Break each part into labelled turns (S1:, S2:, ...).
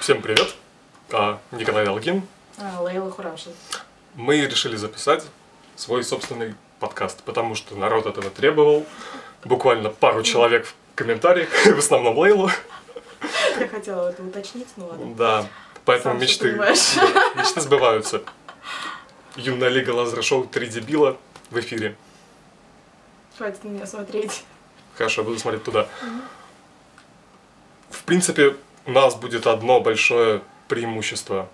S1: Всем привет! А, Николай Долгин.
S2: А, Лейла Хурамшин.
S1: Мы решили записать свой собственный подкаст, потому что народ этого требовал. Буквально пару человек в комментариях, в основном Лейлу.
S2: Я хотела это уточнить, ну ладно.
S1: Да, поэтому
S2: Сам всё
S1: мечты,
S2: понимаешь.
S1: да, мечты сбываются. Юная лига Лазера Шоу «Три дебила» в эфире.
S2: Хватит на меня смотреть.
S1: Хорошо, я буду смотреть туда. В принципе, у нас будет одно большое преимущество.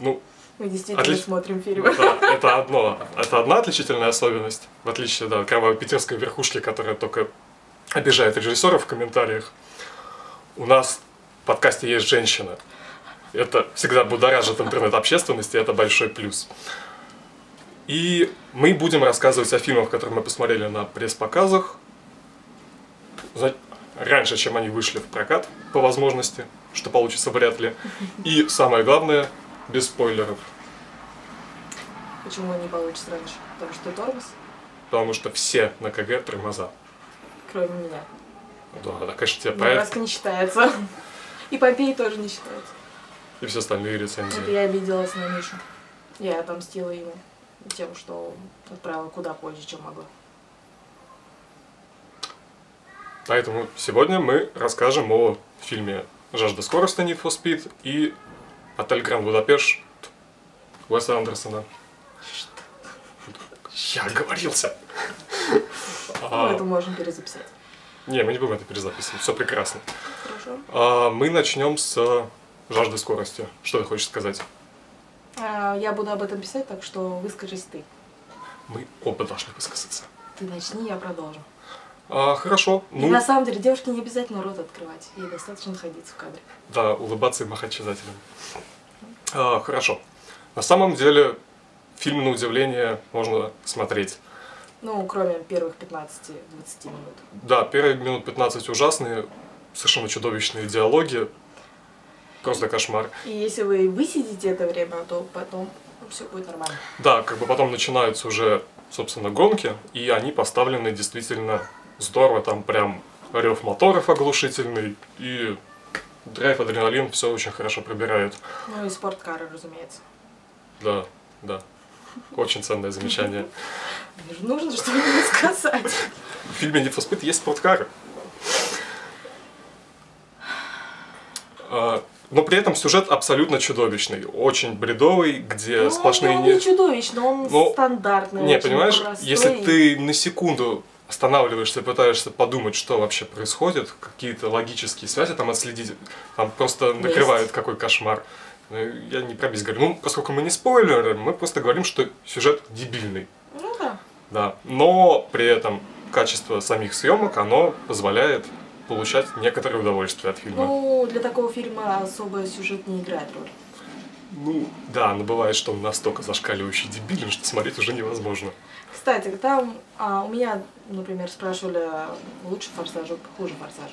S1: Ну,
S2: Мы действительно
S1: Отлично.
S2: смотрим фильмы.
S1: Да, это одно. Это одна отличительная особенность, в отличие да, от кровавой питерской верхушки, которая только обижает режиссеров в комментариях. У нас в подкасте есть женщина. Это всегда будоражит интернет-общественность, и это большой плюс. И мы будем рассказывать о фильмах, которые мы посмотрели на пресс-показах. За- Раньше, чем они вышли в прокат, по возможности, что получится вряд ли. И самое главное, без спойлеров.
S2: Почему не получится раньше? Потому что тормоз,
S1: Потому что все на КГ тормоза.
S2: кроме меня.
S1: Да, да, конечно, тебе поэт
S2: Некраска не считается. И Попей тоже не считается.
S1: и все остальные
S2: Это
S1: рецензии.
S2: я обиделась на Мишу. Я отомстила ему тем, что отправила куда позже, чем могла.
S1: Поэтому сегодня мы расскажем о фильме «Жажда скорости» Need for Speed и «Отель Гранд Будапешт» Уэса Андерсона. Я оговорился.
S2: Ну,
S1: А,
S2: это можем перезаписать.
S1: Не, мы не будем это перезаписывать, все прекрасно.
S2: Хорошо.
S1: А, Мы начнем с «Жажды скорости». Что ты хочешь сказать?
S2: А, я буду об этом писать, так что выскажись ты.
S1: Мы оба должны высказаться.
S2: Ты начни, я продолжу.
S1: А, Хорошо,
S2: И
S1: ну,
S2: на самом деле девушке не обязательно рот открывать. Ей достаточно находиться в кадре.
S1: Да, улыбаться и махать читателям. А, хорошо. На самом деле, фильм, на удивление, можно смотреть.
S2: Ну, кроме первых 15-20 минут.
S1: Да, первые минут 15 ужасные, совершенно чудовищные диалоги. Просто кошмар.
S2: И если вы высидите это время, то потом все будет нормально.
S1: Да, как бы потом начинаются уже, собственно, гонки, и они поставлены действительно здорово. Там прям рев моторов оглушительный, и драйв, адреналин, все очень хорошо пробирает.
S2: Ну и спорткары, разумеется.
S1: Да, да. Очень ценное замечание.
S2: Мне же нужно что-нибудь сказать.
S1: В фильме Need for Speed есть спорткары. А, Но при этом сюжет абсолютно чудовищный, очень бредовый, где
S2: Ну,
S1: Э, сплошные...
S2: он
S1: не-
S2: не чудовищный, он
S1: Ну,
S2: стандартный.
S1: не,
S2: очень
S1: понимаешь,
S2: простой.
S1: если ты на секунду останавливаешься, пытаешься подумать, что вообще происходит, какие-то логические связи там отследить, там просто накрывают какой кошмар. Э, Я не про весь говорю. Ну, поскольку мы не спойлеры, мы просто говорим, что сюжет дебильный.
S2: Ну да.
S1: Да, но при этом качество самих съемок, оно позволяет получать некоторое удовольствие от фильма.
S2: Ну, для такого фильма особо сюжет не играет роль.
S1: Ну, да, но бывает, что он настолько зашкаливающий дебилен, что смотреть уже невозможно.
S2: Кстати, там а, у меня, например, спрашивали, лучше форсаж или хуже форсаж.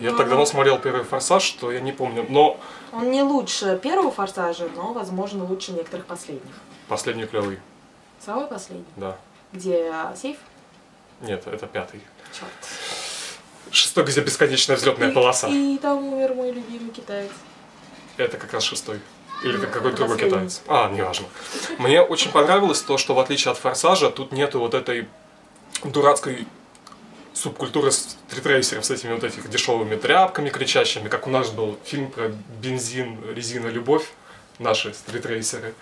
S1: Я
S2: Ну,
S1: так
S2: ну.
S1: давно смотрел первый «Форсаж», что я не помню, но
S2: Он не лучше первого форсажа, но, возможно, лучше некоторых последних.
S1: последний клевый,
S2: Самый последний,
S1: да.
S2: где а, сейф.
S1: Нет, это пятый.
S2: Черт.
S1: Шестой, где бесконечная взлетная
S2: И-
S1: полоса.
S2: И, там умер мой любимый китаец.
S1: Это как раз шестой. Или
S2: Нет,
S1: как какой-то
S2: это
S1: другой
S2: Ну, последний.
S1: китаец. А, неважно. Мне очень понравилось то, что в отличие от «Форсажа», тут нету вот этой дурацкой субкультуры стритрейсеров с этими вот этими дешевыми тряпками кричащими, как у нас был фильм про бензин, резина, любовь, наши стритрейсеры.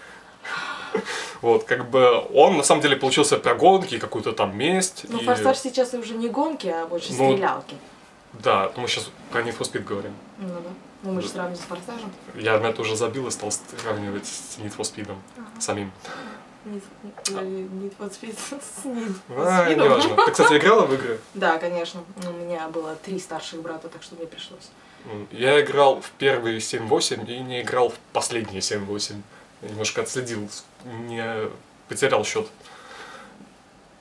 S1: Вот, как бы он на самом деле получился про гонки, и какую-то там месть.
S2: Но
S1: и-
S2: Ну, форсаж сейчас уже не гонки, а больше
S1: Ну,
S2: стрелялки.
S1: Да, ну, мы сейчас про Need for Speed говорим.
S2: Ну да. Ну мы же сравним с форсажем.
S1: Я на это уже забил и стал сравнивать с Need for Speed самим.
S2: Нет, нет, э, нет, вот спит- с ним.
S1: А,
S2: С видом.
S1: неважно. Ты, кстати, играла в игры?
S2: Да, конечно. У меня было три старших брата, так что мне пришлось.
S1: М, Я играл в первые 7-8 и не играл в последние 7-8. Я немножко отследил, с- не потерял счет.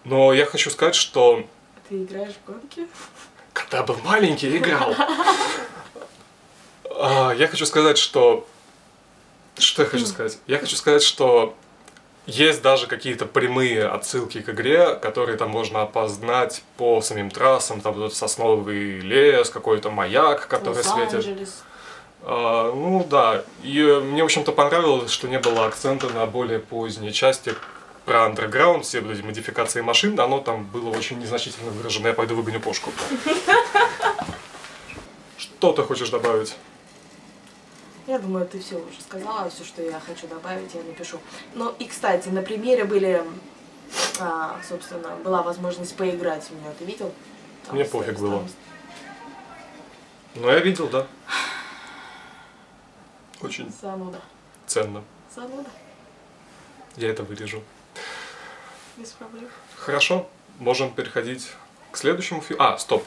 S1: Но я хочу сказать, что
S2: Ты играешь в гонки?
S1: когда был маленький, я играл. А, Я хочу сказать, что... Что я хочу сказать? Я хочу сказать, что есть даже какие-то прямые отсылки к игре, которые там можно опознать по самим трассам. Там вот этот сосновый лес, какой-то маяк, который светит.
S2: Лос-Анджелес.
S1: А, ну да, и э, мне, в общем-то, понравилось, что не было акцента на более поздней части про андерграунд, все вот эти модификации машин, оно там было очень незначительно выражено, я пойду выгоню кошку. Что ты хочешь добавить?
S2: Я думаю, ты все уже сказала, все, что я хочу добавить, я напишу. Ну и, кстати, на примере были, а, собственно, была возможность поиграть у меня, ты видел?
S1: Мне пофиг было. Ну, я видел, да. Очень
S2: Зануда.
S1: ценно.
S2: Зануда.
S1: Я это вырежу.
S2: Без проблем.
S1: Хорошо, можем переходить к следующему фильму. А, стоп.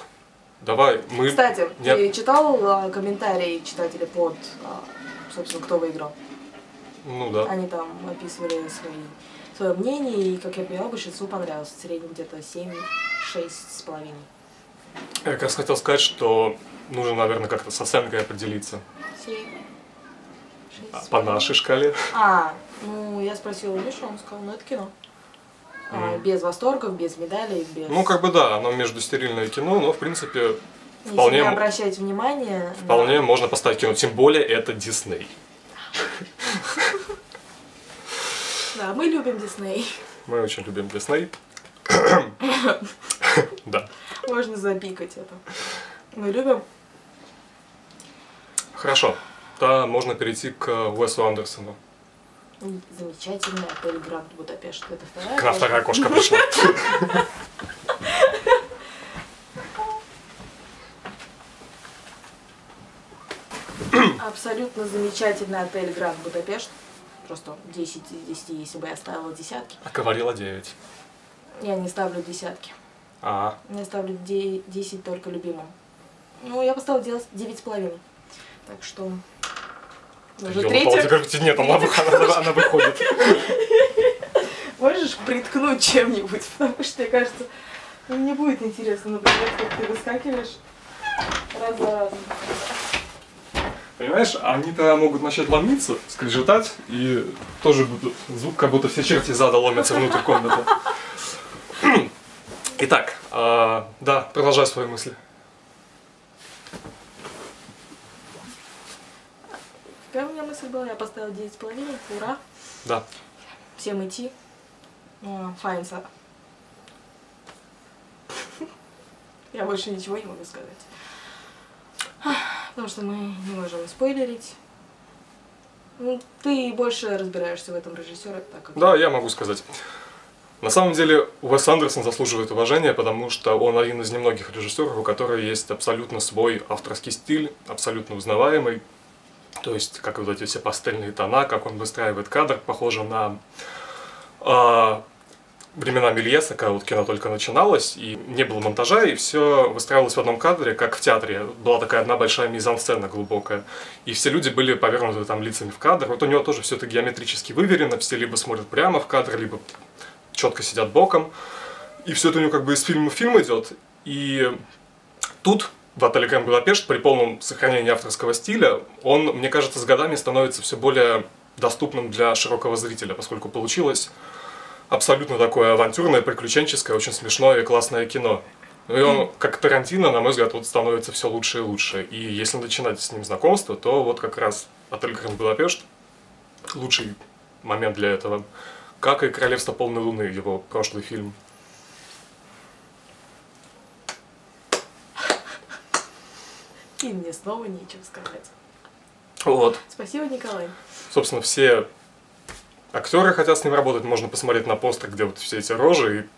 S1: Давай, мы...
S2: Кстати,
S1: Я-
S2: ты читал а, комментарии читателей под, а, собственно, кто выиграл?
S1: Ну да.
S2: Они там описывали свои, свое мнение, и, как я поняла, большинству понравилось. В среднем где-то 7 шесть с половиной.
S1: Я как раз хотел сказать, что нужно, наверное, как-то с оценкой определиться.
S2: 7, 6
S1: А По нашей шкале.
S2: А, ну, я спросила у Мишу, он сказал, ну, это кино. А,
S1: Мгм.
S2: без восторгов, без медалей, без...
S1: Ну, как бы да, оно междустерильное кино, но, в принципе,
S2: Если
S1: вполне
S2: не
S1: м-
S2: обращать внимания... на-
S1: вполне можно поставить кино. Тем более, это Дисней.
S2: Да, мы любим Дисней.
S1: Мы очень любим Дисней. Да.
S2: Можно запикать это. Мы любим.
S1: Хорошо. Да, можно перейти к Уэсу Андерсону.
S2: М, Ну, Замечательный отель Гранд Будапешт. Это вторая
S1: К нам
S2: кошка.
S1: вторая кошка пришла.
S2: Абсолютно замечательный отель Гранд Будапешт. Просто 10 из 10, если бы я ставила десятки.
S1: А говорила 9.
S2: Я не ставлю десятки.
S1: А,
S2: Я ставлю де- 10 только любимым. Ну, я поставила дел- 9,5. Так что... Уже
S1: ёлы-палы,
S2: третья.
S1: говорите, нет, она вы- она- она выходит.
S2: Можешь приткнуть чем-нибудь, потому что, мне кажется, ну, мне будет интересно наблюдать, как ты выскакиваешь раз за разом.
S1: Понимаешь, они тогда могут начать ломиться, скрежетать, и тоже будут звук, как будто все черти из ада ломятся внутрь комнаты. Итак, а, да, продолжай свои мысли.
S2: Какая у меня мысль была? Я поставила 9,5, ура,
S1: Да.
S2: всем идти. А, Файнса. Я больше ничего не могу сказать. Ах, Потому что мы не можем спойлерить. Ну, ты больше разбираешься в этом режиссере, так как...
S1: Да, я могу сказать. На самом деле, Уэс Андерсон заслуживает уважения, потому что он один из немногих режиссеров, у которого есть абсолютно свой авторский стиль, абсолютно узнаваемый. То есть, как вот эти все пастельные тона, как он выстраивает кадр, похоже на а, времена Мельеса, когда вот кино только начиналось, и не было монтажа, и все выстраивалось в одном кадре, как в театре. Была такая одна большая мизансцена глубокая. И все люди были повернуты там лицами в кадр. Вот у него тоже все это геометрически выверено, все либо смотрят прямо в кадр, либо четко сидят боком. И все это у него как бы из фильма в фильм идет. И тут, в отеле Гранд Будапешт, при полном сохранении авторского стиля, он, мне кажется, с годами становится все более доступным для широкого зрителя, поскольку получилось абсолютно такое авантюрное, приключенческое, очень смешное и классное кино. Ну И он, как Тарантино, на мой взгляд, вот становится все лучше и лучше. И если начинать с ним знакомство, то вот как раз «Отель Гранд Будапешт» — лучший момент для этого. Как и «Королевство полной луны», его прошлый фильм.
S2: И мне снова нечего сказать.
S1: Вот.
S2: Спасибо, Николай.
S1: Собственно, все актеры хотят с ним работать. Можно посмотреть на постер, где вот все эти рожи, и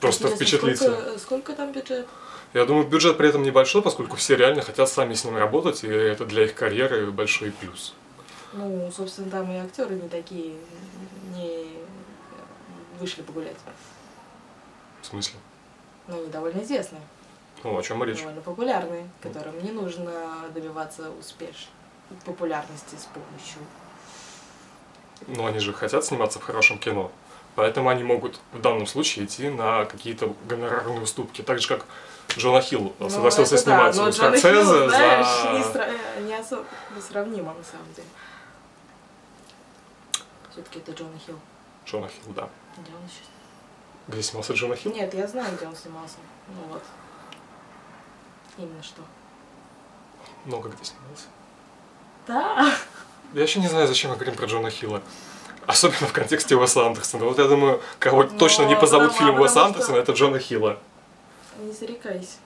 S1: просто
S2: Интересно,
S1: впечатлиться.
S2: Сколько, сколько там бюджет?
S1: Я думаю, бюджет при этом небольшой, поскольку все реально хотят сами с ним работать, и это для их карьеры большой плюс.
S2: Ну, собственно, там и актеры не такие, не вышли погулять.
S1: В смысле?
S2: Но они довольно известные,
S1: Ну, о чем речь?
S2: довольно популярные, которым не нужно добиваться успеш... популярности с помощью.
S1: Но Ну, они же хотят сниматься в хорошем кино. Поэтому они могут в данном случае идти на какие-то гонорарные уступки. Так же, как Джона Хилл
S2: Ну,
S1: согласился
S2: это да,
S1: сниматься
S2: но
S1: у
S2: Джона Хилл,
S1: Скорсезе за-
S2: знаешь, не, сра- не особо сравнимо, на самом деле. Все-таки это Джона Хилл.
S1: Джона Хилл, да.
S2: Где он сейчас?
S1: Где снимался Джона Хилл?
S2: Нет, я знаю, где он снимался. Ну вот. Именно что.
S1: Много где снимался.
S2: Да.
S1: Я еще не знаю, зачем мы говорим про Джона Хилла. Особенно в контексте Уэса Андерсона. Вот я думаю, кого
S2: Но
S1: точно не позовут в
S2: потому-
S1: фильм Уэса
S2: Ну, потому
S1: Андерсона, это
S2: что-
S1: Джона Хилла.
S2: Не зарекайся.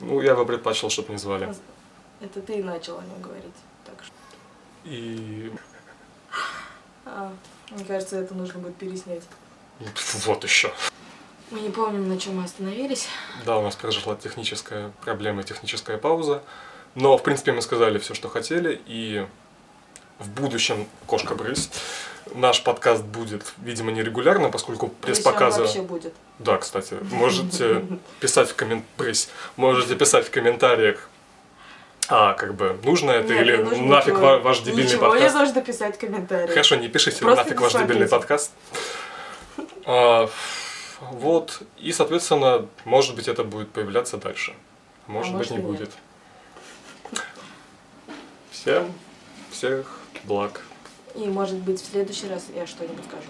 S1: Ну, я бы предпочел, чтобы не звали.
S2: Это ты начал о нем говорить. Так что.
S1: И...
S2: а, мне кажется, это нужно будет переснять.
S1: Вот еще.
S2: Мы не помним, на чем мы остановились.
S1: Да, у нас произошла техническая проблема и техническая пауза. Но, в принципе, мы сказали все, что хотели. И в будущем, кошка-брысь, наш подкаст будет, видимо, нерегулярно, поскольку
S2: Если он
S1: пресс-показа...
S2: вообще будет.
S1: Да, кстати, можете писать в коммен... брысь. Можете писать в комментариях, а, как бы, нужно это
S2: Нет,
S1: или
S2: не нужно
S1: нафиг
S2: ничего.
S1: ва- ваш дебильный
S2: Ничего
S1: подкаст.
S2: не нужно писать комментарии.
S1: Хорошо, не пишите
S2: Просто
S1: нафиг
S2: не
S1: ваш дебильный
S2: смотрите.
S1: подкаст. А, вот, и, соответственно, может быть, это будет появляться дальше. Может, быть,
S2: А может
S1: не
S2: и нет.
S1: будет. Всем, всех благ.
S2: И, может быть, в следующий раз я что-нибудь скажу.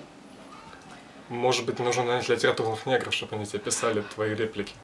S1: Может быть, нужно нанять литературных негров, чтобы они тебе писали твои реплики.